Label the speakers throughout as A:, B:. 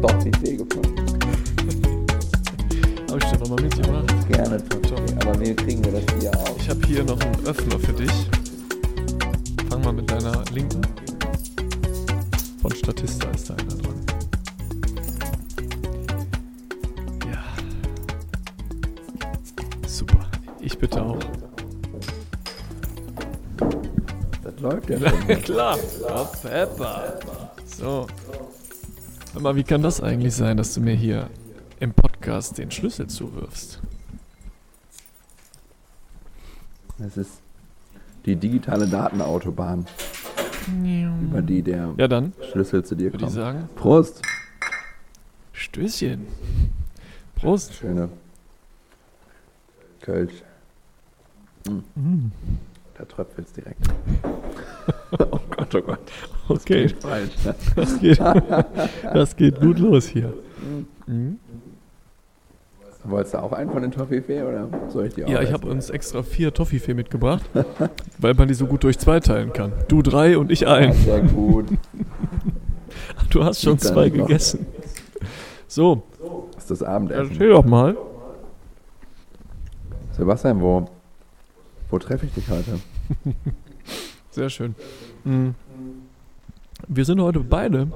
A: Boxidee gefunden.
B: Habe ich dir nochmal mitgebracht?
A: Gerne, Totti. Aber wie kriegen wir das hier auf?
B: Ich habe hier noch einen Öffner für dich. Fang mal mit deiner linken. Von Statista ist da einer dran. Ja. Super. Ich bitte auch.
A: Das läuft ja.
B: Klar. Auf Pepper. So. Hör mal, wie kann das eigentlich sein, dass du mir hier im Podcast den Schlüssel zuwirfst?
A: Das ist die digitale Datenautobahn, über die der
B: Ja, dann
A: Schlüssel zu dir
B: würde ich
A: kommt.
B: sagen,
A: Prost!
B: Stößchen. Prost.
A: Schöne Kölsch. Da tröpfelt es direkt. oh Gott, oh Gott.
B: Okay,
A: Falsch.
B: das geht, das geht gut los hier. Mhm.
A: Wolltest du auch einen von den Toffifee oder soll ich die auch?
B: Ja, ich
A: essen?
B: habe uns extra vier Toffifee mitgebracht, weil man die so gut durch zwei teilen kann. Du drei und ich ein.
A: Sehr gut.
B: Du hast schon
A: Dann
B: zwei
A: noch.
B: gegessen. So,
A: Das ist das Abendessen.
B: erzähl doch mal.
A: Sebastian, wo, wo treffe ich dich heute?
B: Sehr schön. Mhm. Wir sind heute beide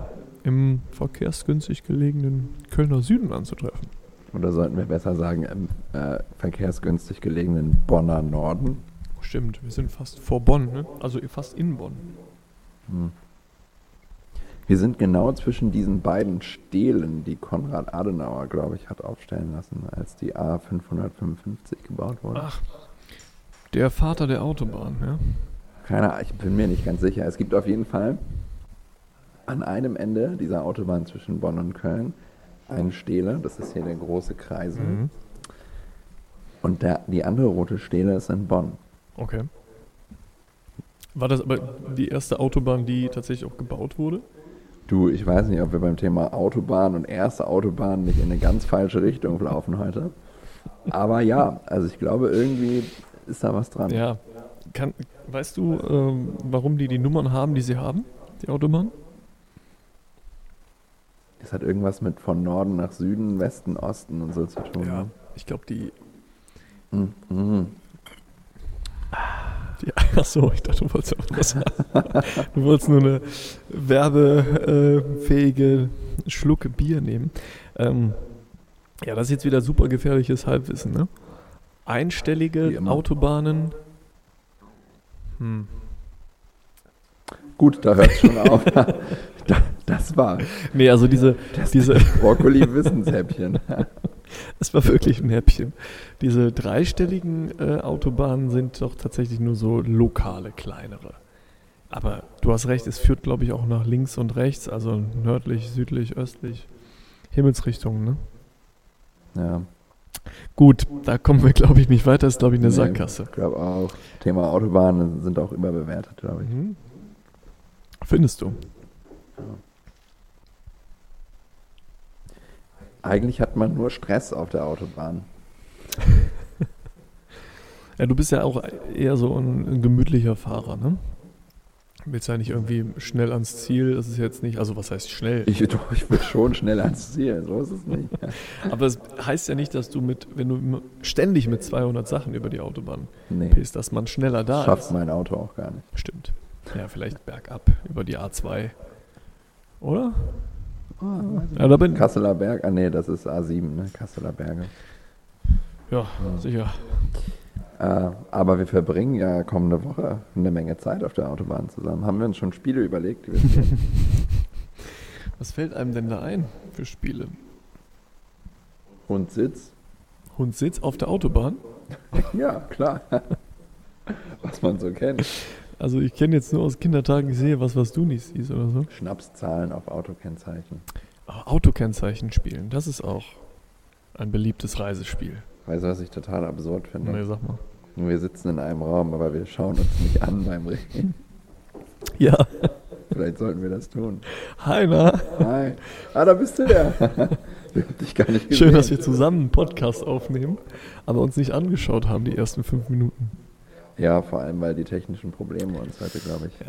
B: im verkehrsgünstig gelegenen Kölner Süden anzutreffen.
A: Oder sollten wir besser sagen, im äh, verkehrsgünstig gelegenen Bonner Norden?
B: Stimmt, wir sind fast vor Bonn, ne? also fast in Bonn.
A: Wir sind genau zwischen diesen beiden Stelen, die Konrad Adenauer, glaube ich, hat aufstellen lassen, als die A555 gebaut wurde.
B: Ach, der Vater der Autobahn, ja?
A: Keine Ahnung, ich bin mir nicht ganz sicher. Es gibt auf jeden Fall an einem Ende dieser Autobahn zwischen Bonn und Köln einen Stele, das ist hier der große Kreisel.
B: Mhm.
A: Und der, die andere rote Stele ist in Bonn.
B: Okay. War das aber die erste Autobahn, die tatsächlich auch gebaut wurde?
A: Du, ich weiß nicht, ob wir beim Thema Autobahn und erste Autobahn nicht in eine ganz falsche Richtung laufen heute. Aber ja, also ich glaube, irgendwie ist da was dran.
B: Ja. Kann, weißt du, ähm, warum die die Nummern haben, die sie haben, die Autobahn?
A: Es hat irgendwas mit von Norden nach Süden, Westen, Osten und so zu tun. ne?
B: Ich glaube, die.
A: Mhm. Mhm.
B: die Achso, ich dachte, du wolltest auch was sagen. Du wolltest nur eine werbefähige Schlucke Bier nehmen. Ähm, ja, das ist jetzt wieder super gefährliches Halbwissen, ne?
A: Wie
B: Einstellige
A: immer.
B: Autobahnen. Hm.
A: Gut, da hört schon auf. Da- das war
B: Nee, also diese, diese,
A: Brokkoli-Wissenshäppchen.
B: es war wirklich ein Häppchen. Diese dreistelligen äh, Autobahnen sind doch tatsächlich nur so lokale, kleinere. Aber du hast recht, es führt, glaube ich, auch nach links und rechts, also nördlich, südlich, östlich, Himmelsrichtungen, ne?
A: Ja,
B: Gut, da kommen wir, glaube ich, nicht weiter, ist, glaube ich, eine
A: Nee.
B: Sackgasse.
A: ich glaube auch. Thema Autobahnen sind auch überbewertet, glaube ich.
B: Mhm. Findest du?
A: Eigentlich hat man nur Stress auf der Autobahn.
B: Ja, du bist ja auch eher so ein, ein gemütlicher Fahrer, ne? Willst ja nicht irgendwie schnell ans Ziel, das ist jetzt nicht, also was heißt schnell?
A: Ich, doch, ich will schon schnell ans Ziel, so ist es nicht.
B: Aber es heißt ja nicht, dass du mit, wenn du im- ständig mit 200 Sachen über die Autobahn
A: Nee,
B: pissst, dass man schneller da
A: schafft
B: ist.
A: mein Auto auch gar nicht.
B: Stimmt. Ja, vielleicht bergab über die A2. Oder? Ja, da bin
A: Kasseler Berg, ah nee, das ist A7, ne? Kasseler Berge.
B: Ja, sicher.
A: Äh, aber wir verbringen ja kommende Woche eine Menge Zeit auf der Autobahn zusammen. Haben wir uns schon Spiele überlegt? Die wir spielen?
B: Was fällt einem denn da ein für Spiele?
A: Und Sitz?
B: Hund sitzt auf der Autobahn?
A: Ja, klar. Was man so kennt.
B: Also ich kenne jetzt nur aus Kindertagen, ich sehe was, was du nicht siehst oder so.
A: Schnapszahlen auf Autokennzeichen.
B: Aber Autokennzeichen spielen, das ist auch ein beliebtes Reisespiel.
A: Weißt du, was ich total absurd finde?
B: Nee, sag mal.
A: Wir sitzen in einem Raum, aber wir schauen uns nicht an beim Reden.
B: Ja,
A: Vielleicht sollten wir das tun.
B: Heiner.
A: Hi. Ah, da bist du ja. Wir haben dich gar nicht gesehen.
B: Schön, dass wir zusammen einen Podcast aufnehmen, aber uns nicht angeschaut haben die ersten fünf Minuten.
A: Ja, vor allem, weil die technischen Probleme uns heute, glaube ich,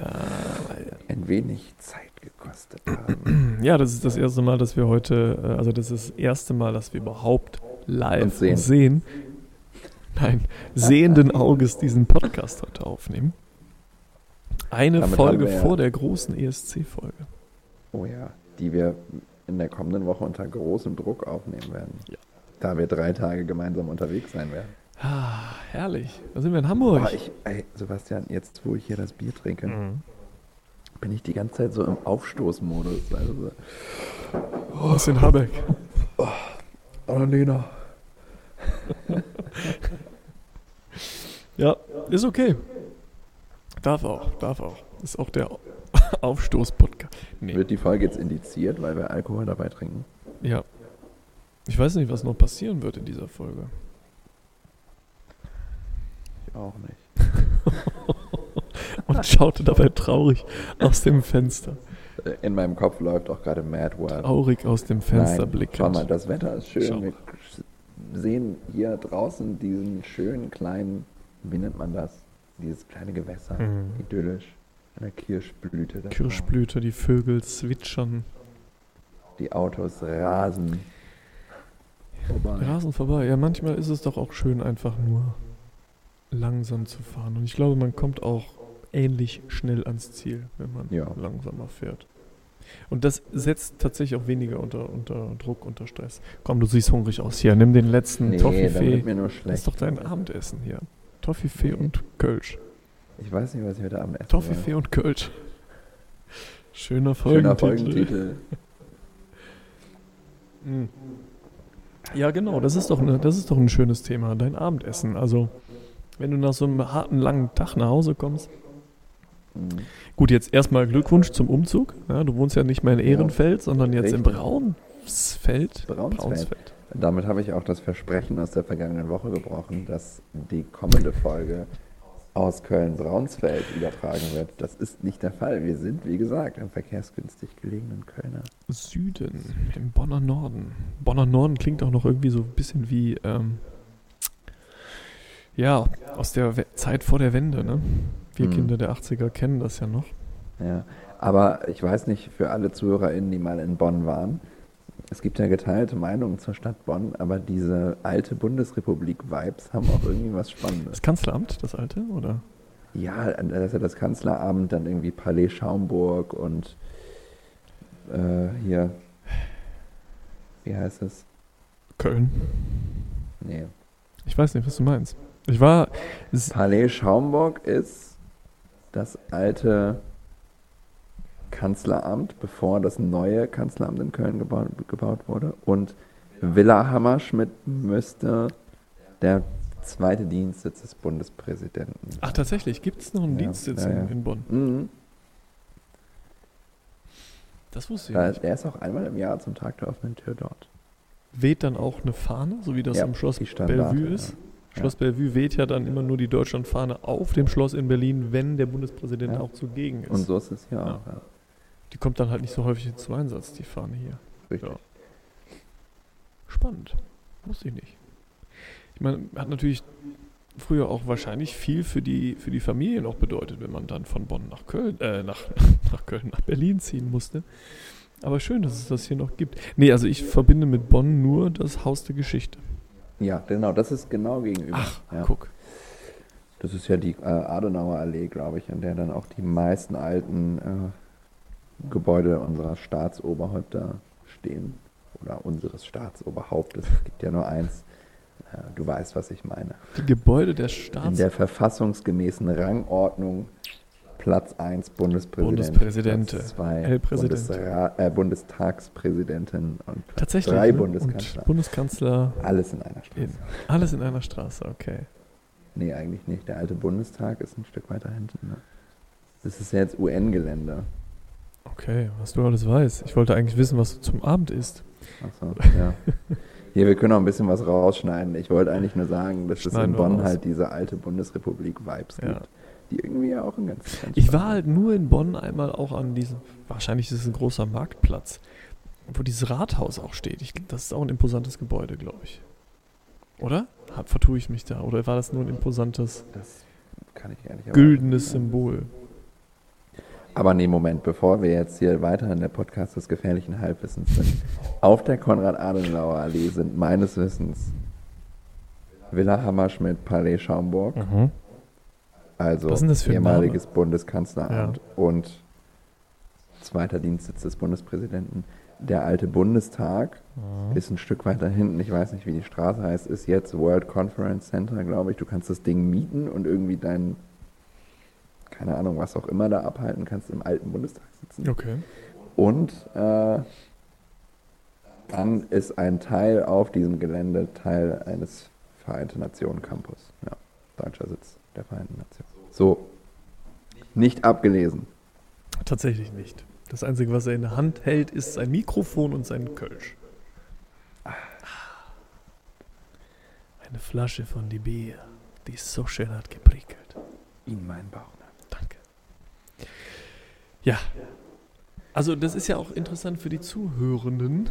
A: ein wenig Zeit gekostet haben.
B: Ja, das ist das erste Mal, dass wir heute, äh, also das ist das erste Mal, dass wir überhaupt live
A: Uns sehen.
B: sehen. Nein, sehenden Auges diesen Podcast heute aufnehmen. Eine
A: Damit
B: Folge
A: haben wir ja-
B: vor der großen E ESC-Folge.
A: Oh ja, die wir in der kommenden Woche unter großem Druck aufnehmen werden.
B: Ja.
A: Da wir drei Tage gemeinsam unterwegs sein werden.
B: Ah, herrlich. Da sind wir in
A: Boah,
B: Hamburg.
A: Ah, ich, ey, Sebastian, jetzt wo ich hier das Bier trinke,
B: Mhm.
A: bin ich die ganze Zeit so im Aufstoßmodus. Also,
B: Oh, ist in Habeck.
A: Oh, Annalena.
B: Ja, ist okay. Darf auch, darf auch. Ist auch der Aufstoß-Podcast. Nee,
A: Wird die Folge jetzt indiziert, weil wir Alkohol dabei trinken?
B: ja. Ich weiß nicht, was noch passieren wird in dieser Folge.
A: Ich auch nicht.
B: und schaute dabei traurig aus dem Fenster.
A: Äh, In meinem Kopf läuft auch gerade Mad World.
B: Traurig aus dem Fenster blickend.
A: Schau mal, das Wetter ist schön.
B: Schau.
A: Wir sehen hier draußen diesen schönen kleinen, wie nennt man das? Dieses kleine Gewässer,
B: Mhm.
A: idyllisch. Eine Kirschblüte. davor.
B: Kirschblüte, die Vögel zwitschern.
A: Die Autos rasen. Vorbei.
B: Rasen vorbei. Ja, manchmal ist es doch auch schön, einfach nur langsam zu fahren. Und ich glaube, man kommt auch ähnlich schnell ans Ziel, wenn man
A: Ja.
B: langsamer fährt. Und das setzt tatsächlich auch weniger unter, unter Druck, unter Stress. Komm, du siehst hungrig aus hier. Nimm den letzten
A: Nee, dann wird
B: Toffifee.
A: mir nur
B: Das ist
A: schlecht.
B: doch dein Abendessen hier. Toffifee
A: Nee.
B: und Kölsch.
A: Ich weiß nicht, was ich heute Abend essen
B: Toffifee und Kölsch. Schöner
A: soll. Schöner
B: Folgentitel.
A: Folgentitel.
B: Mm. Ja, genau, das ist, doch ne, das ist doch ein schönes Thema, dein Abendessen. Also, wenn du nach so einem harten, langen Tag nach Hause kommst.
A: Mhm.
B: Gut, jetzt erstmal Glückwunsch zum Umzug. Ja, du wohnst ja nicht mehr in Ehrenfeld, sondern jetzt in
A: Richtig.
B: Braunsfeld.
A: Braunsfeld. Damit habe ich auch das Versprechen aus der vergangenen Woche gebrochen, dass die kommende Folge aus Köln-Braunsfeld übertragen wird. Das ist nicht der Fall. Wir sind, wie gesagt, im verkehrsgünstig gelegenen Kölner.
B: Süden, im Bonner Norden. Bonner Norden klingt auch noch irgendwie so ein bisschen wie, ähm, ja, aus der We Zeit vor der Wende, ne? Wir
A: Mhm.
B: Kinder der 80er kennen das ja noch.
A: Ja. Aber ich weiß nicht, für alle ZuhörerInnen, die mal in Bonn waren, es gibt ja geteilte Meinungen zur Stadt Bonn, aber diese alte Bundesrepublik-Vibes haben auch irgendwie was Spannendes.
B: Das Kanzleramt, das alte, oder?
A: Ja, das ist ja das Kanzleramt, dann irgendwie Palais Schaumburg und äh, hier, wie heißt es?
B: Köln.
A: Nee.
B: Ich weiß nicht, was du meinst. Ich war,
A: Palais Schaumburg ist das alte Kanzleramt, bevor das neue Kanzleramt in Köln gebaut, gebaut wurde. Und Villa Hammerschmidt müsste der zweite Dienstsitz des Bundespräsidenten.
B: ach tatsächlich, gibt es noch einen
A: Ja,
B: Dienstsitz
A: ja, ja.
B: In, in Bonn?
A: Mhm.
B: Das wusste ich
A: Da-
B: nicht.
A: Er ist auch einmal im Jahr zum Tag der offenen Tür dort.
B: Weht dann auch eine Fahne, so wie das
A: Ja,
B: im Schloss
A: die Standarte,
B: Bellevue
A: ja.
B: ist? Schloss Bellevue weht ja dann immer nur die Deutschlandfahne auf dem Schloss in Berlin, wenn der Bundespräsident
A: Ja.
B: auch zugegen ist.
A: Und so ist es hier
B: Ja.
A: auch. Ja.
B: Die kommt dann halt nicht so häufig zum Einsatz, die Fahne hier.
A: Richtig.
B: Ja. Spannend. Wusste ich nicht. Ich meine, hat natürlich früher auch wahrscheinlich viel für die, für die Familie noch bedeutet, wenn man dann von Bonn nach Köln, äh, nach, nach Köln, nach Berlin ziehen musste. Aber schön, dass es das hier noch gibt. Nee, also ich verbinde mit Bonn nur das Haus der Geschichte.
A: Ja, genau, das ist genau gegenüber. Ach, ja.
B: Guck.
A: Das ist ja die äh, Adenauer Allee, glaube ich, an der dann auch die meisten alten äh, Gebäude unserer Staatsoberhäupter stehen. Oder unseres Staatsoberhauptes. Es gibt ja nur eins. Äh, du weißt, was ich meine.
B: Die Gebäude der
A: In
B: Staats...
A: der verfassungsgemäßen Rangordnung Platz 1 Bundespräsident.
B: Bundespräsidente,
A: Platz 2
B: El Präsident.
A: Bundesra äh, Bundestagspräsidentin und Platz
B: Tatsächlich.
A: 3
B: ne?
A: Bundeskanzler.
B: Und Bundeskanzler.
A: Alles in einer Straße.
B: In, alles in einer Straße, okay.
A: Nee, eigentlich nicht. Der alte Bundestag ist ein Stück weiter hinten. Ne? Das ist ja jetzt UN-Gelände.
B: Okay, was du alles weißt. Ich wollte eigentlich wissen, was du zum Abend isst.
A: Achso, ja. Hier, wir können auch ein bisschen was rausschneiden. Ich wollte eigentlich nur sagen, dass es in
B: Schneiden wir
A: Bonn
B: raus.
A: halt diese alte Bundesrepublik-Vibes
B: Ja.
A: gibt, die irgendwie ja auch ein ganz, ganz
B: Ich war halt nur in Bonn einmal auch an diesem, wahrscheinlich ist es ein großer Marktplatz, wo dieses Rathaus auch steht. Ich, das ist auch ein imposantes Gebäude, glaube ich. Oder? Hab, vertue ich mich da? Oder war das nur ein imposantes?
A: Das Kann ich ehrlich
B: Güldenes Symbol.
A: Aber nee, Moment, bevor wir jetzt hier weiter in der Podcast des gefährlichen Halbwissens sind. Auf der Konrad-Adenauer Allee sind meines Wissens Villa Hammerschmidt, Palais Schaumburg,
B: Mhm.
A: also
B: Was sind das für ein
A: ehemaliges Bundeskanzleramt und zweiter Dienstsitz des Bundespräsidenten. Der alte Bundestag ist ein Stück weiter hinten, ich weiß nicht, wie die Straße heißt, ist jetzt World Conference Center, glaube ich. Du kannst das Ding mieten und irgendwie dein, keine Ahnung, was auch immer da abhalten kannst, im alten Bundestag sitzen.
B: Okay.
A: Und äh, dann ist ein Teil auf diesem Gelände Teil eines Vereinten Nationen Campus. Ja, deutscher Sitz der Vereinten Nationen. So, nicht abgelesen.
B: Tatsächlich nicht. Das Einzige, was er in der Hand hält, ist sein Mikrofon und sein Kölsch. Ah. Eine Flasche von die Bier, die so schön hat geprickelt.
A: In meinen Bauch.
B: Danke. Ja. Also das ist ja auch interessant für die Zuhörenden.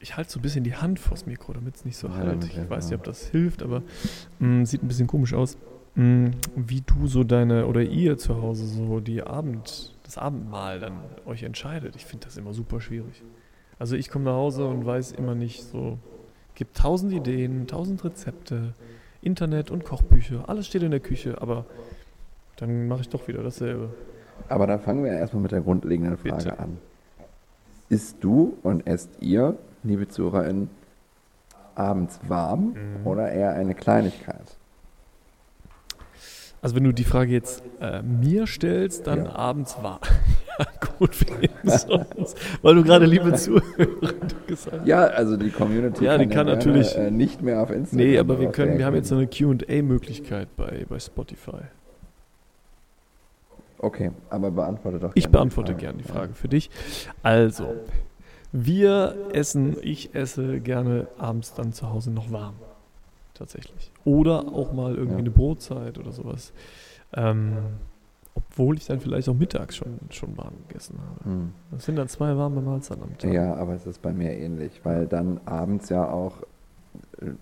B: Ich halte so ein bisschen die Hand vors Mikro, damit es nicht so
A: Ja,
B: halt.
A: damit
B: Ich
A: hält,
B: weiß nicht,
A: ja.
B: ob das hilft, aber mh, sieht ein bisschen komisch aus. Mh, wie du so deine oder ihr zu Hause so die Abend, das Abendmahl dann euch entscheidet. Ich finde das immer super schwierig. Also ich komme nach Hause und weiß immer nicht so, gibt tausend Ideen, tausend Rezepte, Internet und Kochbücher, alles steht in der Küche, aber dann mache ich doch wieder dasselbe.
A: Aber da fangen wir erstmal mit der grundlegenden Frage
B: Bitte.
A: an. Isst du und esst ihr, liebe ZuhörerInnen, abends warm
B: Mhm.
A: oder eher eine Kleinigkeit?
B: Also wenn du die Frage jetzt äh, mir stellst, dann
A: Ja.
B: abends war. ja, gut, wem sonst? Weil du gerade liebe Zuhörende gesagt hast.
A: Ja, also die Community
B: Ja, die kann
A: ja gerne,
B: natürlich-
A: äh, nicht mehr auf Instagram.
B: Nee, aber wir
A: darauf
B: können, wir haben
A: reagieren.
B: jetzt so eine QA-Möglichkeit bei, bei Spotify.
A: Okay, aber beantworte doch.
B: Ich
A: gerne die
B: beantworte
A: Frage.
B: gerne die Frage für dich. Also, wir essen, ich esse gerne abends dann zu Hause noch warm. Tatsächlich. Oder auch mal irgendwie
A: Ja.
B: eine Brotzeit oder sowas. Ähm, obwohl ich dann vielleicht auch mittags schon, schon warm gegessen habe.
A: Hm.
B: Das sind dann zwei warme Mahlzeiten am Tag.
A: Ja, aber es ist bei mir ähnlich, weil dann abends ja auch äh,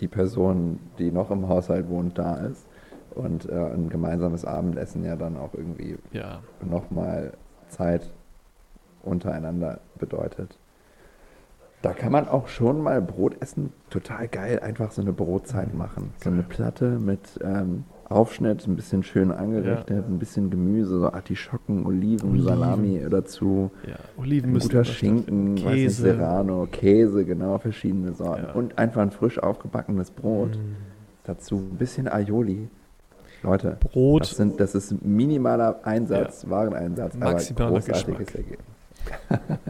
A: die Person, die noch im Haushalt wohnt, da ist und äh, ein gemeinsames Abendessen ja dann auch irgendwie
B: ja.
A: nochmal Zeit untereinander bedeutet. Da kann man auch schon mal Brot essen. Total geil, einfach so eine
B: Mhm.
A: Brotzeit machen. So eine Platte mit ähm, Aufschnitt, ein bisschen schön angerichtet, ein bisschen Gemüse, so Artischocken, Oliven,
B: Oliven.
A: Salami dazu.
B: ja. Oliven
A: Ein
B: müssen
A: guter
B: da stattfinden.
A: Schinken, Käse. Weiß nicht,
B: Käse.
A: Serrano, Käse, genau, verschiedene Sorten.
B: Ja. Mhm.
A: Und einfach ein frisch aufgebackenes Brot. Dazu ein bisschen Aioli. Leute,
B: Brot.
A: das, sind, das ist minimaler Einsatz, Wareneinsatz,
B: Maximaler
A: aber großartiges
B: Geschmack.
A: Ergebnis.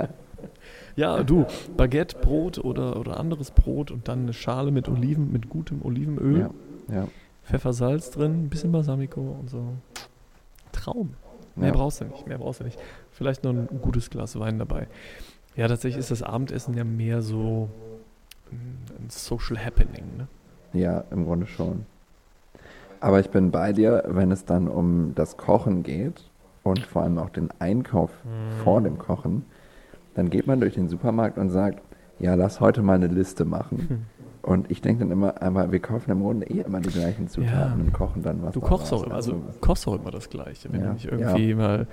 B: Ja, du, Baguette, Brot oder, oder anderes Brot und dann eine Schale mit Oliven, mit gutem Olivenöl.
A: Ja, ja,
B: Pfeffer, Salz drin, ein bisschen Balsamico und so. Traum. Mehr
A: Ja.
B: brauchst du nicht, mehr brauchst du nicht. Vielleicht noch ein gutes Glas Wein dabei. Ja, tatsächlich ist das Abendessen ja mehr so mm, ein ein Social Happening. Ne?
A: ja, im Grunde schon. Aber ich bin bei dir, wenn es dann um das Kochen geht und vor allem auch den Einkauf
B: Hm.
A: vor dem Kochen, dann geht man durch den Supermarkt und sagt, ja, lass heute mal eine Liste
B: Hm.
A: machen. Und ich denke dann immer, aber wir kaufen im Grunde eh immer die gleichen Zutaten
B: Ja.
A: und kochen dann was.
B: Du kochst
A: daraus.
B: auch immer, also kochst auch immer das Gleiche, wenn
A: Ja,
B: du nicht irgendwie mal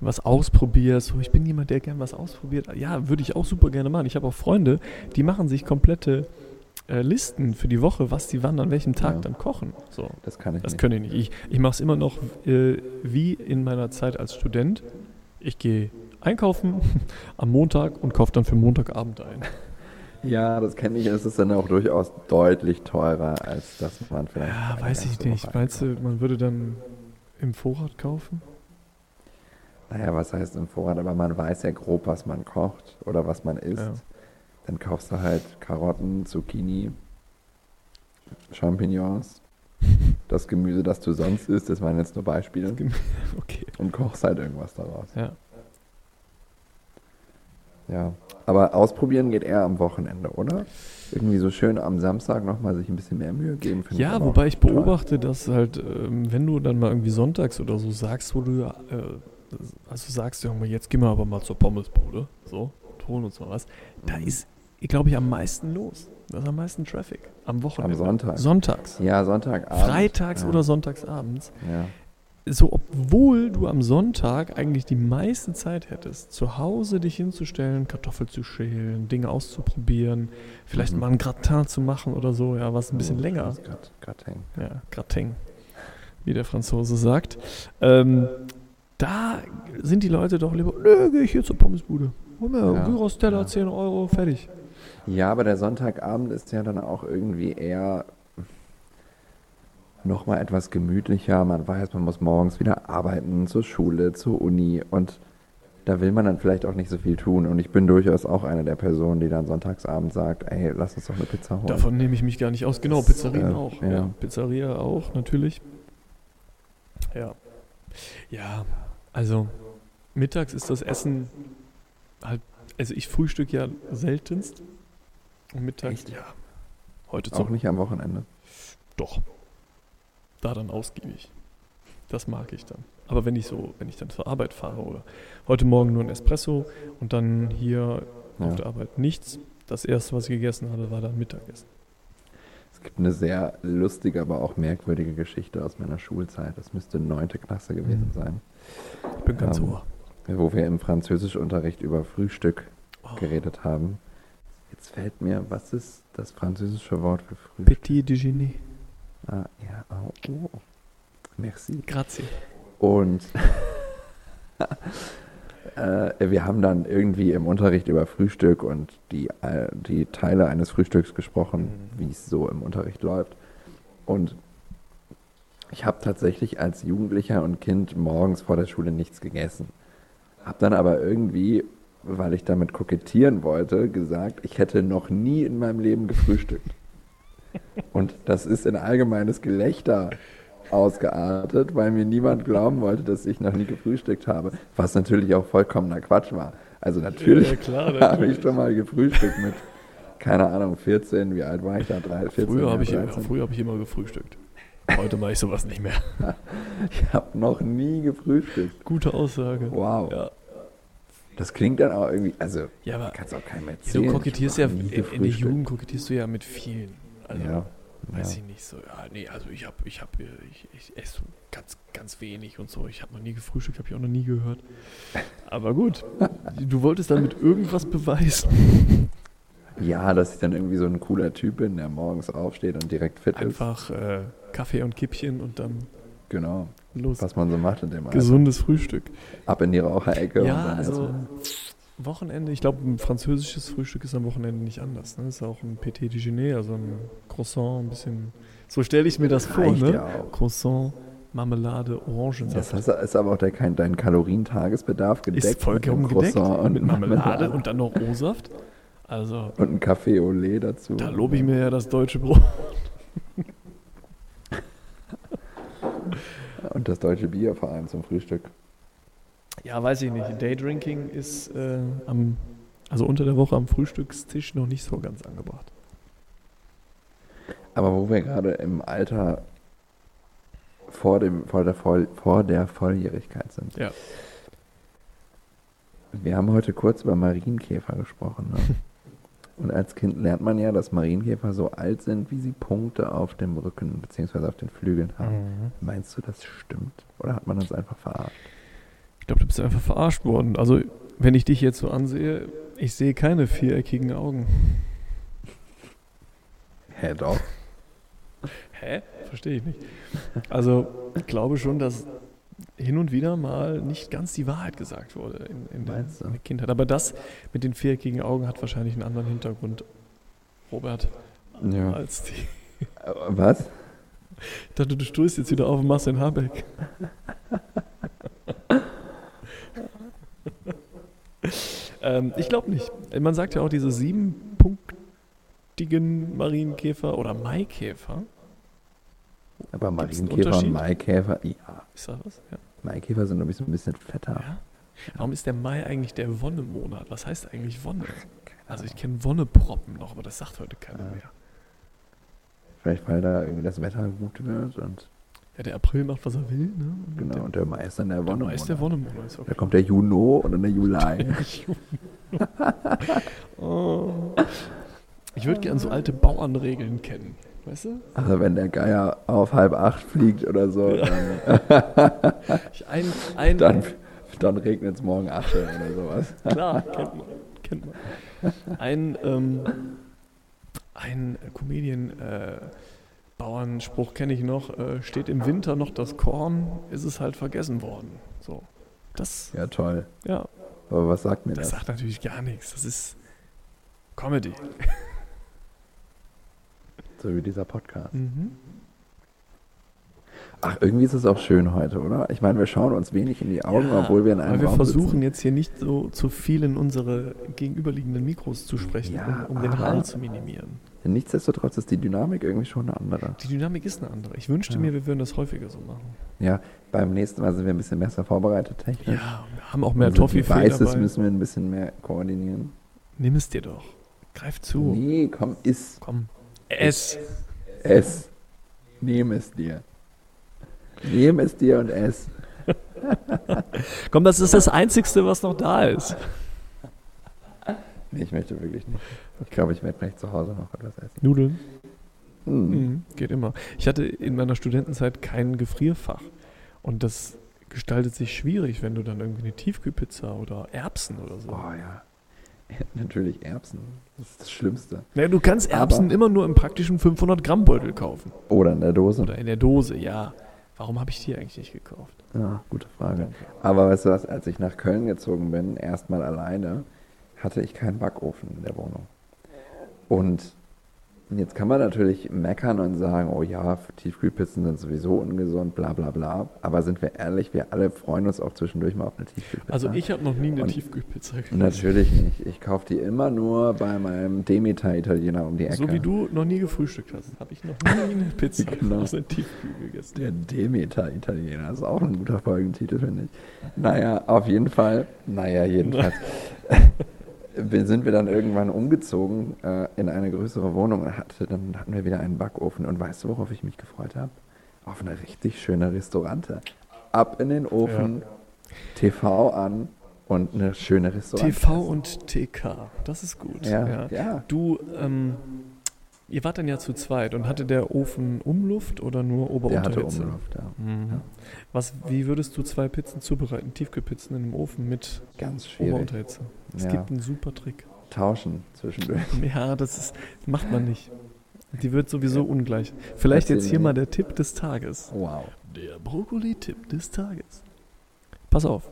B: was ausprobierst. So, ich bin jemand, der gern was ausprobiert. Ja, würde ich auch super gerne machen. Ich habe auch Freunde, die machen sich komplette äh, Listen für die Woche, was die wann an welchem Tag
A: Ja.
B: dann kochen. So.
A: Das kann ich
B: Das
A: nicht.
B: könnte ich nicht. Ich, ich mache es immer noch äh, wie in meiner Zeit als Student. Ich gehe einkaufen am Montag und kaufe dann für Montagabend ein.
A: Ja, das kenne ich. Es ist dann auch durchaus deutlich teurer, als dass man vielleicht.
B: Ja,
A: eine
B: weiß ich
A: ganze
B: nicht.
A: Woche
B: Meinst du, man würde dann im Vorrat kaufen?
A: Naja, was heißt im Vorrat? Aber man weiß ja grob, was man kocht oder was man isst.
B: Ja.
A: Dann kaufst du halt Karotten, Zucchini, Champignons, das Gemüse, das du sonst isst. Das waren jetzt nur Beispiele.
B: Gemü- Okay.
A: Und kochst halt irgendwas daraus.
B: Ja.
A: Ja. Aber ausprobieren geht eher am Wochenende, oder? Irgendwie so schön am Samstag nochmal sich ein bisschen mehr Mühe geben. finde
B: Ja,
A: aber auch
B: wobei ich
A: toll.
B: beobachte, dass halt, ähm, wenn du dann mal irgendwie sonntags oder so sagst, wo du ja, äh,
A: Mhm.
B: also sagst, ja, jetzt gehen wir aber mal zur Pommesbude, so, und holen uns mal was, da ist glaube ich, am meisten los. Da ist am meisten Traffic. Am Wochenende.
A: Am Sonntag.
B: Sonntags.
A: Ja, Sonntagabend.
B: Freitags
A: ja.
B: oder sonntagsabends.
A: Ja.
B: So, obwohl du am Sonntag eigentlich die meiste Zeit hättest, zu Hause dich hinzustellen, Kartoffeln zu schälen, Dinge auszuprobieren, vielleicht
A: Mhm.
B: mal ein Gratin zu machen oder so, ja, was ein bisschen länger.
A: Grad, grad hängen.
B: Ja, Gratin, wie der Franzose sagt. Ähm, da sind die Leute doch lieber, nö, geh ich hier zur Pommesbude. Hol mir
A: Ja,
B: Gyros Teller,
A: ja.
B: 10 Euro, fertig.
A: Ja, aber der Sonntagabend ist ja dann auch irgendwie eher nochmal etwas gemütlicher. Man weiß, man muss morgens wieder arbeiten, zur Schule, zur Uni und da will man dann vielleicht auch nicht so viel tun. Und ich bin durchaus auch eine der Personen, die dann sonntagsabend sagt, ey, lass uns doch eine Pizza holen.
B: Davon nehme ich mich gar nicht aus. Genau, Pizzerien
A: Ja,
B: auch. Ja.
A: ja.
B: Pizzeria auch, natürlich. Ja. Ja, also mittags ist das Essen halt, also ich frühstück ja seltenst. Und mittags,
A: Echt?
B: ja. Heute
A: auch
B: zum
A: nicht am Wochenende.
B: Doch. Da dann ausgiebig. Das mag ich dann. Aber wenn ich so, wenn ich dann zur Arbeit fahre oder heute Morgen nur ein Espresso und dann hier
A: Ja.
B: auf der Arbeit nichts, das erste, was ich gegessen habe, war dann Mittagessen.
A: Es gibt eine sehr lustige, aber auch merkwürdige Geschichte aus meiner Schulzeit. Das müsste neunte Klasse gewesen
B: Mhm.
A: sein,
B: Ich bin ganz
A: Ähm,
B: ohr.
A: wo wir im Französischunterricht über Frühstück
B: Oh.
A: geredet haben. Jetzt fällt mir, was ist das französische Wort für Frühstück?
B: Petit déjeuner.
A: Ah, ja, au, oh. Merci.
B: Grazie.
A: Und äh, wir haben dann irgendwie im Unterricht über Frühstück und die, äh, die Teile eines Frühstücks gesprochen,
B: Mhm.
A: wie es so im Unterricht läuft. Und ich habe tatsächlich als Jugendlicher und Kind morgens vor der Schule nichts gegessen. Hab dann aber irgendwie, weil ich damit kokettieren wollte, gesagt, ich hätte noch nie in meinem Leben gefrühstückt. Und das ist in allgemeines Gelächter ausgeartet, weil mir niemand glauben wollte, dass ich noch nie gefrühstückt habe. Was natürlich auch vollkommener Quatsch war. Also natürlich
B: Ja, klar,
A: habe
B: natürlich.
A: ich schon mal gefrühstückt mit, keine Ahnung, 14, wie alt war ich da? Drei, 14,
B: Früher
A: ja,
B: habe ich, ja,
A: 13.
B: früher hab ich immer gefrühstückt. Heute mache ich sowas nicht mehr.
A: Ich habe noch nie gefrühstückt.
B: Gute Aussage.
A: Wow.
B: Ja,
A: Das klingt dann auch irgendwie, also
B: ja aber
A: kannst auch keinem erzählen.
B: du
A: ich
B: kokettierst ja,
A: hab noch
B: in,
A: nie
B: in der
A: gefrühstückt.
B: Jugend kokettierst du ja mit vielen. Also,
A: Ja.
B: weiß
A: ja.
B: ich nicht so. Ja, nee, also ich habe, ich habe, ich, ich esse so ganz, ganz wenig und so. Ich habe noch nie gefrühstückt, habe ich auch noch nie gehört. Aber gut, du wolltest damit irgendwas beweisen.
A: Ja, dass ich dann irgendwie so ein cooler Typ bin, der morgens aufsteht und direkt fit ist.
B: Einfach äh, Kaffee und Kippchen und dann
A: Genau,
B: los.
A: was man so macht in dem Alter.
B: Gesundes Frühstück.
A: Ab in die Raucherecke. und
B: Ja,
A: dann
B: also
A: erstmal-
B: Wochenende, ich glaube, ein französisches Frühstück ist am Wochenende nicht anders. Ne? Ist ja auch ein Petit Déjeuner, also ein Croissant, ein bisschen. So stelle ich mir das vor,
A: Reicht
B: ne?
A: ja auch.
B: Croissant, Marmelade, Orangensaft.
A: Das hast, ist aber auch der, kein, dein Kalorientagesbedarf gedeckt.
B: Ist vollkommen
A: mit einem
B: gedeckt
A: Croissant
B: mit Marmelade und dann noch O-Saft. Also,
A: und ein Kaffee au lait dazu.
B: da lobe ich mir ja das deutsche Brot.
A: Und das deutsche Bier vor allem zum Frühstück.
B: Ja, weiß ich nicht. Daydrinking ist äh, am, also unter der Woche am Frühstückstisch noch nicht so ganz angebracht.
A: Aber wo wir gerade im Alter vor, dem, vor, der, Voll, vor der Volljährigkeit sind.
B: Ja.
A: Wir haben heute kurz über Marienkäfer gesprochen. Ne? Und als Kind lernt man ja, dass Marienkäfer so alt sind, wie sie Punkte auf dem Rücken bzw. auf den Flügeln haben.
B: Mhm.
A: Meinst du, das stimmt? Oder hat man uns einfach verarscht?
B: Ich glaube, du bist einfach verarscht worden. Also, wenn ich dich jetzt so ansehe, ich sehe keine viereckigen Augen.
A: Hä, doch.
B: Hä? Verstehe ich nicht. Also, ich glaube schon, dass hin und wieder mal nicht ganz die Wahrheit gesagt wurde in, in, der,
A: Meinst du?
B: in der Kindheit. Aber das mit den viereckigen Augen hat wahrscheinlich einen anderen Hintergrund, Robert,
A: Ja.
B: als die. Äh,
A: Was?
B: Ich dachte, du stößt jetzt wieder auf und machst den Habeck. ähm, ich glaube nicht. Man sagt ja auch, diese siebenpunktigen Marienkäfer oder Maikäfer.
A: Aber
B: Gibt's einen
A: Marienkäfer
B: Unterschied?
A: und Maikäfer, ja.
B: Ist da was? Ja.
A: Maikäfer sind, glaube ich, so ein bisschen fetter.
B: Ja. Warum ist der Mai eigentlich der Wonnemonat? Was heißt eigentlich Wonne? Also ich kenne Wonneproppen noch, aber das sagt heute keiner
A: Ja.
B: mehr.
A: Vielleicht, weil da irgendwie das Wetter gut wird und
B: Ja, der April macht, was er will, ne? Und
A: genau.
B: Der,
A: Und der Mai ist dann der
B: der
A: Wonne.
B: Mai ist der Wonnemonat. Ist
A: Da
B: okay.
A: kommt der Juno und dann der Juli.
B: oh. Ich würde gerne so alte Bauernregeln kennen. Weißt du?
A: Also wenn der Geier auf halb acht fliegt oder so, dann, äh,
B: Ich ein, ein,
A: dann, dann regnet es morgen Asche oder sowas.
B: Klar, kennt man. Kennt man. Ein, ähm, ein Comedian, äh, Bauernspruch kenne ich noch, äh, steht im Winter noch das Korn, ist es halt vergessen worden. So. Das,
A: Ja, toll.
B: ja,
A: Aber was sagt mir
B: das
A: das?
B: sagt natürlich gar nichts. Das ist Comedy.
A: So wie dieser Podcast.
B: Mhm.
A: Ach, irgendwie ist es auch schön heute, oder? Ich meine, wir schauen uns wenig in die Augen,
B: Ja,
A: obwohl wir in einem
B: Weil wir
A: Raum
B: versuchen
A: sitzen.
B: jetzt hier nicht so zu viel in unsere gegenüberliegenden Mikros zu sprechen,
A: Ja,
B: um, um den
A: aber-
B: Hall zu minimieren.
A: Nichtsdestotrotz ist die Dynamik irgendwie schon eine andere.
B: Die Dynamik ist eine andere. Ich wünschte
A: Ja.
B: mir, wir würden das häufiger so machen.
A: Ja, beim nächsten Mal sind wir ein bisschen besser vorbereitet technisch.
B: Ja, wir haben auch mehr
A: Also
B: toffee
A: die Weißes müssen wir ein bisschen mehr koordinieren.
B: Nimm es dir doch. Greif zu.
A: Nee, komm, iss
B: Komm. Es.
A: es. Nehm es dir. Nehm es dir und ess.
B: Komm, das ist das Einzigste, was noch da ist.
A: Nee, ich möchte wirklich nicht. Ich glaube, ich werde gleich zu Hause noch etwas essen.
B: Nudeln.
A: Hm.
B: Mhm, geht immer. Ich hatte in meiner Studentenzeit kein Gefrierfach. Und das gestaltet sich schwierig, wenn du dann irgendwie eine Tiefkühlpizza oder Erbsen oder so.
A: Oh ja. Natürlich Erbsen. Das ist das Schlimmste.
B: Naja, du kannst Erbsen
A: Aber-
B: immer nur im praktischen 500-Gramm-Beutel kaufen.
A: Oder in der Dose.
B: Oder in der Dose, ja. Warum habe ich die eigentlich nicht gekauft?
A: Ja, gute Frage. Aber weißt du was, als ich nach Köln gezogen bin, erstmal alleine, hatte ich keinen Backofen in der Wohnung. Und jetzt kann man natürlich meckern und sagen, oh ja, Tiefkühlpizzen sind sowieso ungesund, bla bla bla. Aber sind wir ehrlich, wir alle freuen uns auch zwischendurch mal auf eine Tiefkühlpizza.
B: Also ich habe noch nie eine
A: Und-
B: Tiefkühlpizza gegessen.
A: Natürlich nicht. Ich kaufe die immer nur bei meinem Demeter-Italiener um die Ecke.
B: So wie du noch nie gefrühstückt hast, habe ich noch nie eine Pizza
A: Genau.
B: aus der Tiefkühl gegessen.
A: Der Demeter-Italiener ist auch ein guter Folgentitel, finde ich. Naja, auf jeden Fall. Naja, jedenfalls. wir sind wir dann irgendwann umgezogen äh, in eine größere Wohnung und hatte, dann hatten wir wieder einen Backofen. Und weißt du, worauf ich mich gefreut habe? Auf eine richtig schöne Restaurante. Ab in den Ofen, TV an und eine schöne Restaurante.
B: TV und TK, das ist gut.
A: Ja,
B: ja.
A: ja.
B: Du, ähm, ihr wart dann ja zu zweit und hatte der Ofen Umluft oder nur Ober- und
A: Der hatte
B: Unterhitze?
A: Umluft, ja.
B: Mhm.
A: Ja.
B: Was, wie würdest du zwei Pizzen zubereiten, Tiefkühlpizzen in einem Ofen mit
A: Ganz
B: Ober- und
A: schwierig.
B: Unterhitze? Es
A: Ja.
B: gibt einen super Trick.
A: Tauschen zwischendurch.
B: Ja, das ist, macht man nicht. Die wird sowieso ungleich. Vielleicht
A: Erzähl
B: jetzt hier
A: mir.
B: mal der Tipp des Tages.
A: Wow.
B: Der Brokkoli-Tipp des Tages. Pass auf.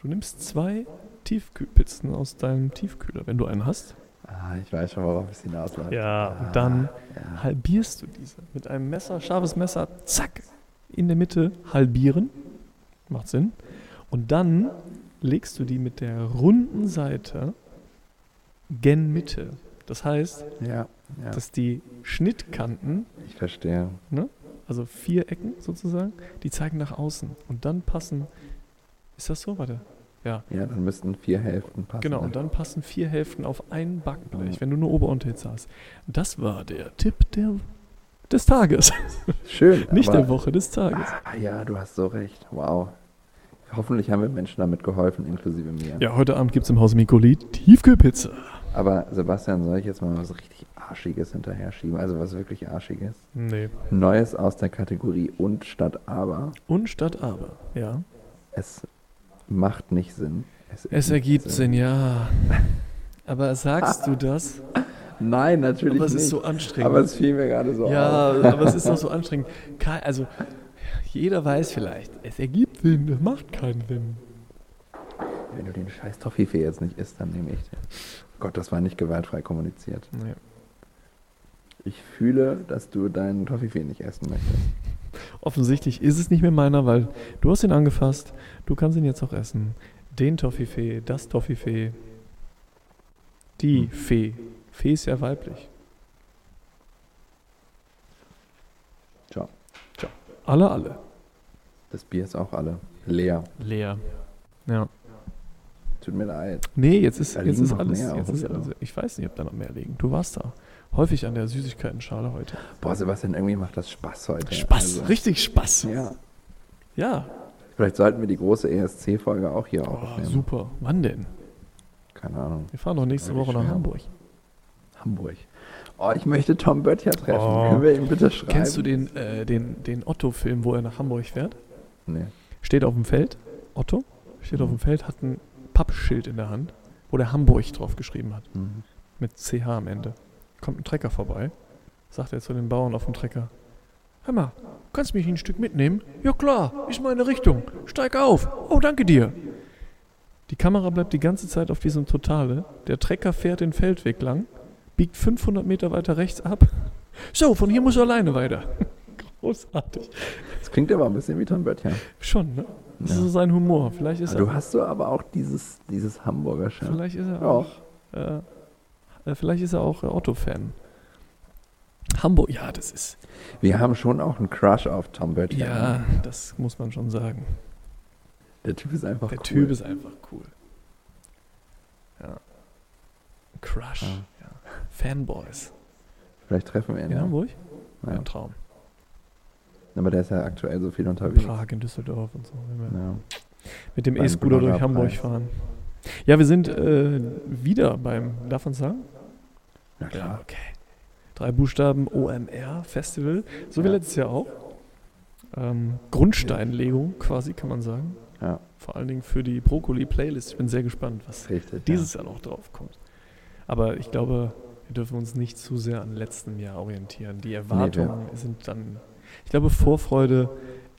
B: Du nimmst zwei Tiefkühlpizzen aus deinem Tiefkühler, wenn du einen hast.
A: Ah, ich weiß schon, worauf es hinausläuft.
B: Ja. Und dann
A: Ja.
B: halbierst du diese mit einem Messer, scharfes Messer, zack, in der Mitte halbieren. Macht Sinn. Und dann legst du die mit der runden Seite gen Mitte. Das heißt,
A: Ja, ja.
B: dass die Schnittkanten
A: ich verstehe.
B: also vier Ecken sozusagen, die zeigen nach außen und dann passen, ist das so, warte, ja,
A: Ja, dann müssten vier Hälften passen.
B: genau, und dann passen vier Hälften auf ein Backblech, wenn du nur Ober- und Hitze hast. Das war der Tipp der, des Tages,
A: Schön.
B: nicht
A: aber,
B: der Woche, des Tages.
A: Ah, ja, du hast so recht. Wow. Hoffentlich haben wir Menschen damit geholfen, inklusive mir.
B: Ja, heute Abend gibt es im Haus Mikoli Tiefkühlpizza.
A: Aber Sebastian, soll ich jetzt mal was richtig Arschiges hinterher schieben? Also was wirklich Arschiges?
B: Nee.
A: Neues aus der Kategorie und statt aber.
B: Und statt aber, ja.
A: Es macht nicht Sinn.
B: Es ergibt Sinn, ja. Aber sagst du das?
A: Nein, natürlich
B: Aber es
A: nicht.
B: ist so anstrengend.
A: aber es fiel mir gerade so auf.
B: Ja, aber es ist doch so anstrengend. Kei- Also, jeder weiß vielleicht, es ergibt Sinn, es macht keinen Sinn.
A: Wenn du den scheiß Toffifee jetzt nicht isst, dann nehme ich den. Gott, das war nicht gewaltfrei kommuniziert.
B: Nee.
A: Ich fühle, dass du deinen Toffifee nicht essen möchtest.
B: Offensichtlich ist es nicht mehr meiner, weil du hast ihn angefasst, du kannst ihn jetzt auch essen. Den Toffifee, das Toffifee, die Fee. Fee ist ja weiblich.
A: Ciao.
B: Alle, alle.
A: Das Bier ist auch alle leer.
B: Leer. Ja.
A: Tut mir leid.
B: Nee, jetzt ist,
A: Da
B: jetzt
A: liegen
B: ist
A: noch
B: alles.
A: mehr
B: Jetzt
A: auf
B: ist
A: dem
B: alles. Ich weiß nicht, ob da noch mehr liegen. Du warst da. Häufig an der Süßigkeitenschale heute.
A: Boah, Sebastian, irgendwie macht das Spaß heute. Also,
B: richtig Spaß.
A: ja.
B: Ja,
A: Vielleicht sollten wir die große ESC-Folge auch hier
B: oh,
A: aufnehmen.
B: super. Wann denn?
A: Keine Ahnung.
B: Wir fahren doch nächste
A: Wirklich
B: Woche nach
A: schwer.
B: Hamburg.
A: Hamburg. Oh, ich möchte Tom Böttcher treffen.
B: Oh.
A: Können wir ihm bitte schreiben?
B: Kennst du den, äh, den, den Otto-Film, wo er nach Hamburg fährt?
A: Nee.
B: Steht auf dem Feld, Otto, steht auf dem Feld, hat ein Pappschild in der Hand, wo der Hamburg drauf geschrieben hat.
A: Mhm.
B: Mit CH am Ende. Kommt ein Trecker vorbei, sagt er zu den Bauern auf dem Trecker. Hör mal, kannst mich ein Stück mitnehmen? Ja klar, ist meine Richtung. Steig auf. Oh, danke dir. Die Kamera bleibt die ganze Zeit auf diesem Totale. Der Trecker fährt den Feldweg lang, biegt 500 Meter weiter rechts ab. So, von hier muss er alleine weiter. Großartig.
A: Das klingt aber ein bisschen wie Tom Böttcher.
B: Schon, ne? Das ist
A: Ja.
B: so sein Humor. Vielleicht ist
A: Du
B: er,
A: hast so aber auch dieses, dieses Hamburger Schild.
B: vielleicht ist er
A: Ja.
B: auch, äh, äh, vielleicht ist er auch äh, Otto-Fan. Hamburg, ja, das ist,
A: Wir haben schon auch einen Crush auf Tom Böttcher.
B: ja, das muss man schon sagen.
A: Der Typ ist einfach
B: Der
A: cool.
B: Typ ist einfach cool. Ja. Crush.
A: Ja.
B: Ja. Fanboys.
A: Vielleicht treffen wir ihn.
B: In
A: Ja.
B: Hamburg?
A: Ja.
B: Ein Traum.
A: Aber der ist ja aktuell so viel unterwegs.
B: Prag, in Düsseldorf und so. Wenn wir
A: Ja.
B: mit dem
A: Beim
B: E-Scooter durch
A: Bloggerpreis.
B: Hamburg fahren. Ja, wir sind äh, wieder beim, darf man sagen?
A: Na
B: Ja,
A: klar.
B: Ah, okay. Drei Buchstaben OMR Festival, so wie
A: Ja.
B: letztes Jahr auch. Ähm, Grundsteinlegung quasi, kann man sagen.
A: Ja.
B: Vor allen Dingen für die Brokkoli-Playlist. Ich bin sehr gespannt, was
A: Richtig.
B: dieses Jahr noch drauf kommt. Aber ich glaube, wir dürfen uns nicht zu sehr an letztem Jahr orientieren. Die Erwartungen sind dann. Ich glaube, Vorfreude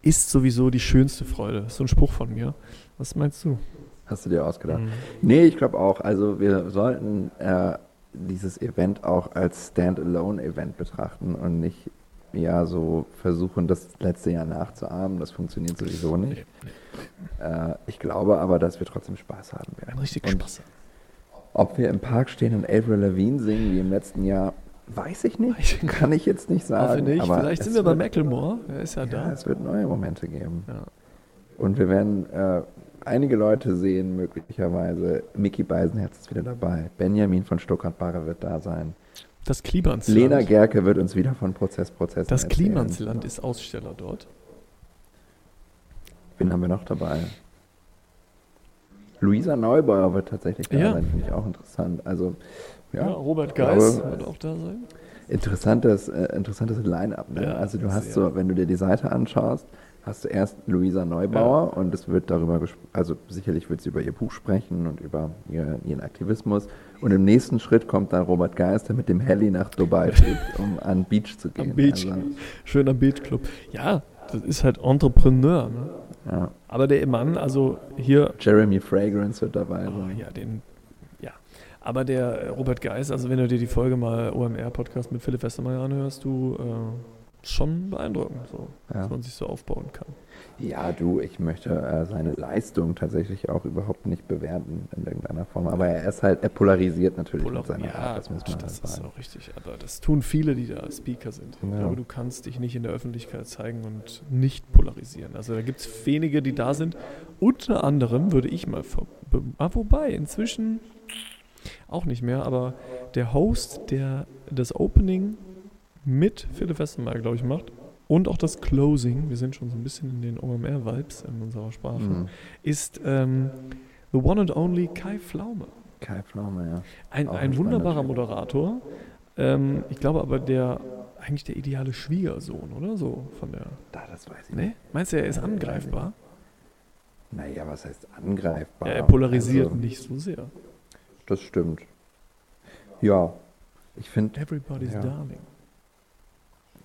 B: ist sowieso die schönste Freude. Das ist so ein Spruch von mir. Was meinst du?
A: ja. Hast du dir ausgedacht?
B: Mhm.
A: Nee, ich glaube auch. Also wir sollten äh, dieses Event auch als Standalone-Event betrachten und nicht ja so versuchen, das letzte Jahr nachzuahmen. Das funktioniert sowieso nicht. Äh, ich glaube aber, dass wir trotzdem Spaß haben werden.
B: Ein richtig
A: Und-
B: Spaß.
A: Ob wir im Park stehen und Avril Lavigne singen wie im letzten Jahr, weiß ich nicht. Kann ich jetzt nicht
B: Hoffe
A: sagen.
B: nicht.
A: äh, aber
B: Vielleicht
A: es
B: sind wir bei
A: wird-
B: Macklemore. Er ist ja,
A: Ja,
B: da.
A: es wird neue Momente geben.
B: Ja.
A: Und wir werden äh, einige Leute sehen, möglicherweise. Mickey Beisenherz ist wieder dabei. Benjamin von Stuttgart-Barre wird da sein.
B: Das Klimansland.
A: Lena Gerke wird uns wieder von Prozess, Prozess
B: das
A: erzählen.
B: Klimansland ist Aussteller dort.
A: Wen haben wir noch dabei? Luisa Neubauer wird tatsächlich da
B: Ja.
A: sein, finde ich auch interessant. Also,
B: Ja,
A: ja,
B: Robert
A: glaube,
B: Geis
A: es-
B: wird auch da sein.
A: interessantes, äh, interessantes Line-Up. Ne?
B: Ja,
A: also du hast
B: sehr.
A: so, wenn du dir die Seite anschaust, hast du erst Luisa Neubauer und es wird darüber gesprochen, also sicherlich wird sie über ihr Buch sprechen und über ihr, ihren Aktivismus. Und im nächsten Schritt kommt dann Robert Geis, der mit dem Heli nach Dubai fliegt, um an Beach zu gehen.
B: Am Beach.
A: Also,
B: Schön am Beachclub. Ja, das ist halt Entrepreneur. Ne?
A: ja.
B: Aber der Mann, also hier,
A: Jeremy Fragrance wird dabei
B: oh,
A: sein.
B: ja, den, ja. Aber der äh, Robert Geis, also wenn du dir die Folge mal OMR-Podcast mit Philipp Westermeier anhörst, du äh, schon beeindruckend, so,
A: Ja.
B: dass man sich so aufbauen kann.
A: Ja, du, ich möchte äh, seine Leistung tatsächlich auch überhaupt nicht bewerten in irgendeiner Form. Aber er ist halt, er polarisiert natürlich
B: Polar-
A: mit seiner
B: ja,
A: Art, das
B: das,
A: muss man halt
B: das ist
A: sagen.
B: auch richtig. Aber das tun viele, die da Speaker sind.
A: Ja.
B: Ich glaube, du kannst dich nicht in der Öffentlichkeit zeigen und nicht polarisieren. Also da gibt es wenige, die da sind. Unter anderem würde ich mal, ver- be- ah, wobei, inzwischen auch nicht mehr, aber der Host, der das Opening mit Philipp Westermeier, glaube ich, macht und auch das Closing, wir sind schon so ein bisschen in den OMR-Vibes in unserer Sprache,
A: Mhm.
B: ist ähm, The One and Only Kai Flaume.
A: Kai Pflaume, ja.
B: Ein,
A: Auch
B: ein
A: ein
B: wunderbarer
A: spannender Typ.
B: Moderator. Ähm, ich glaube aber, der eigentlich der ideale Schwiegersohn, oder so? Von der.
A: Da, das weiß ich
B: Ne? Meinst du, er ist angreifbar?
A: Naja, was heißt angreifbar?
B: Ja, er polarisiert
A: Also,
B: nicht so sehr.
A: Das stimmt. Ja, ich finde,
B: Everybody's
A: Ja.
B: Darling.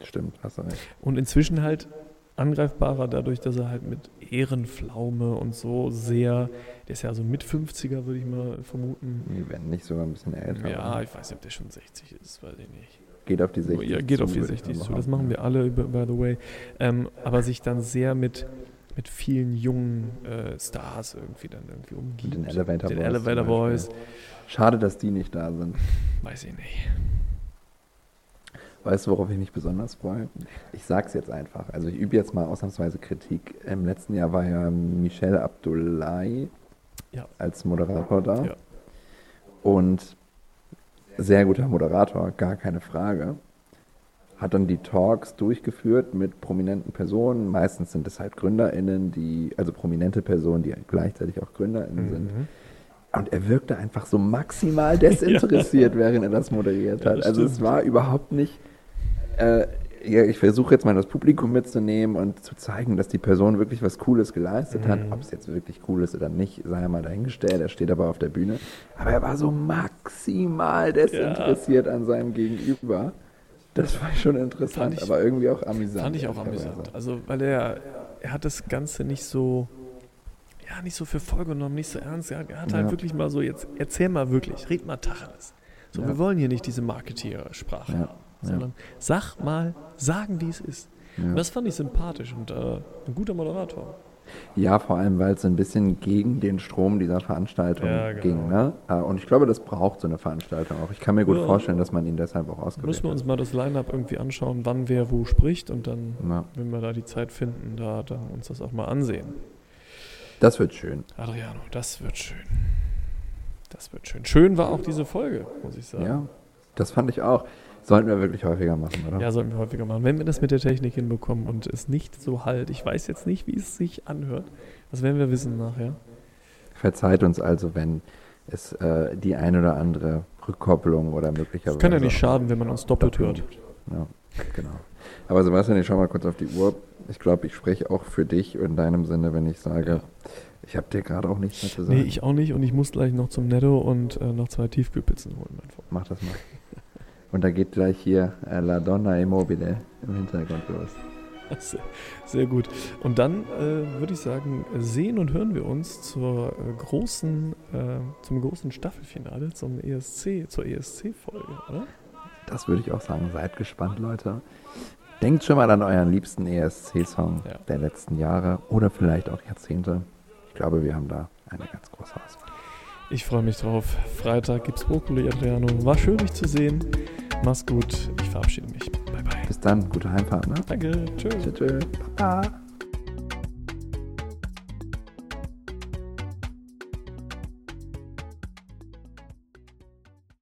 A: stimmt, hast du recht.
B: Und inzwischen halt angreifbarer dadurch, dass er halt mit Ehrenflaume und so sehr. Der ist ja so mit 50er, würde ich mal vermuten.
A: Die werden nicht sogar ein bisschen älter.
B: Ja,
A: aber
B: ich weiß nicht, ob der schon 60 ist, weiß ich nicht.
A: geht auf die 60
B: Ja, geht
A: zu,
B: auf die
A: würde ich
B: 60
A: mal
B: zu. Das
A: behaupten.
B: machen wir alle, über- by the way. Ähm, aber sich dann sehr mit, mit vielen jungen äh, Stars irgendwie dann irgendwie
A: Mit
B: umgibt.
A: den Elevator
B: Den
A: Boys
B: Elevator
A: zum Beispiel.
B: Boys.
A: Schade, dass die nicht da sind.
B: Weiß ich nicht.
A: Weißt du, worauf ich mich besonders freue? Ich sag's jetzt einfach. Also ich übe jetzt mal ausnahmsweise Kritik. Im letzten Jahr war ja Michel Abdullahi
B: Ja.
A: als Moderator da.
B: Ja.
A: Und sehr guter Moderator, gar keine Frage. Hat dann die Talks durchgeführt mit prominenten Personen. Meistens
B: Mhm.
A: sind es halt GründerInnen, die, also prominente Personen, die gleichzeitig auch GründerInnen sind. Und er wirkte einfach so maximal desinteressiert, während er das moderiert
B: Ja,
A: hat.
B: das
A: also es
B: stimmt.
A: war überhaupt nicht. Äh, ja, ich versuche jetzt mal das Publikum mitzunehmen und zu zeigen, dass die Person wirklich was Cooles geleistet hat.
B: Mhm.
A: Ob es jetzt wirklich cool ist oder nicht, sei mal dahingestellt. Er steht aber auf der Bühne. Aber er war so maximal desinteressiert an seinem Gegenüber. Das war schon interessant,
B: ich-
A: aber irgendwie auch amüsant.
B: Fand ich auch
A: ehrlicherweise.
B: amüsant. Also, weil er, er hat das Ganze nicht so, ja, nicht so für voll genommen, nicht so ernst. Er hat halt
A: Ja.
B: wirklich mal so, jetzt erzähl mal wirklich, red mal Tacheles. So, wir wollen hier nicht diese Marketeer-Sprache
A: Ja,
B: haben, sondern sag mal, sagen, wie es ist. Und das fand ich sympathisch und äh, ein guter Moderator.
A: Ja, vor allem, weil es so ein bisschen gegen den Strom dieser Veranstaltung
B: Ja, genau.
A: ging. Ne? Äh, Und ich glaube, das braucht so eine Veranstaltung auch. Ich kann mir gut
B: Ja.
A: vorstellen, dass man ihn deshalb auch ausgewählt
B: Müssen wir
A: hat.
B: uns mal das Line-Up irgendwie anschauen, wann wer wo spricht und dann,
A: Ja.
B: wenn wir da die Zeit finden, da dann uns das auch mal ansehen.
A: Das wird schön.
B: Adriano, das wird schön. Das wird schön. Schön war auch diese Folge, muss ich sagen.
A: Ja, das fand ich auch. Sollten wir wirklich häufiger machen, oder?
B: Ja, sollten wir häufiger machen. Wenn wir das mit der Technik hinbekommen und es nicht so halt, ich weiß jetzt nicht, wie es sich anhört. Das werden wir wissen nachher.
A: Verzeiht uns also, wenn es äh, die ein oder andere Rückkopplung oder möglicherweise.
B: Das kann ja nicht schaden, wenn man uns doppelt hört.
A: Ja, genau. Aber Sebastian, ich schau mal kurz auf die Uhr. Ich glaube, ich spreche auch für dich in deinem Sinne, wenn ich sage, ich habe dir gerade auch nichts mehr zu sagen.
B: Nee, ich auch nicht und ich muss gleich noch zum Netto und äh, noch zwei Tiefkühlpizzen holen. Mein Freund.
A: Mach das mal. Und da geht gleich hier äh, La Donna Immobile im Hintergrund los.
B: Sehr, sehr gut. Und dann äh, würde ich sagen, sehen und hören wir uns zur äh, großen, äh, zum großen Staffelfinale, zum ESC, zur ESC-Folge, oder?
A: Das würde ich auch sagen. Seid gespannt, Leute. Denkt schon mal an euren liebsten ESC-Song
B: Ja.
A: der letzten Jahre oder vielleicht auch Jahrzehnte. Ich glaube, wir haben da eine ganz große Auswahl.
B: Ich freue mich drauf. Freitag gibt's Brokkoli, Adriano. War schön, dich zu sehen. Mach's gut. Ich verabschiede mich. Bye, bye.
A: Bis dann, gute Heimfahrt, ne?
B: Danke. Tschüss.
A: Tschüss. Papa.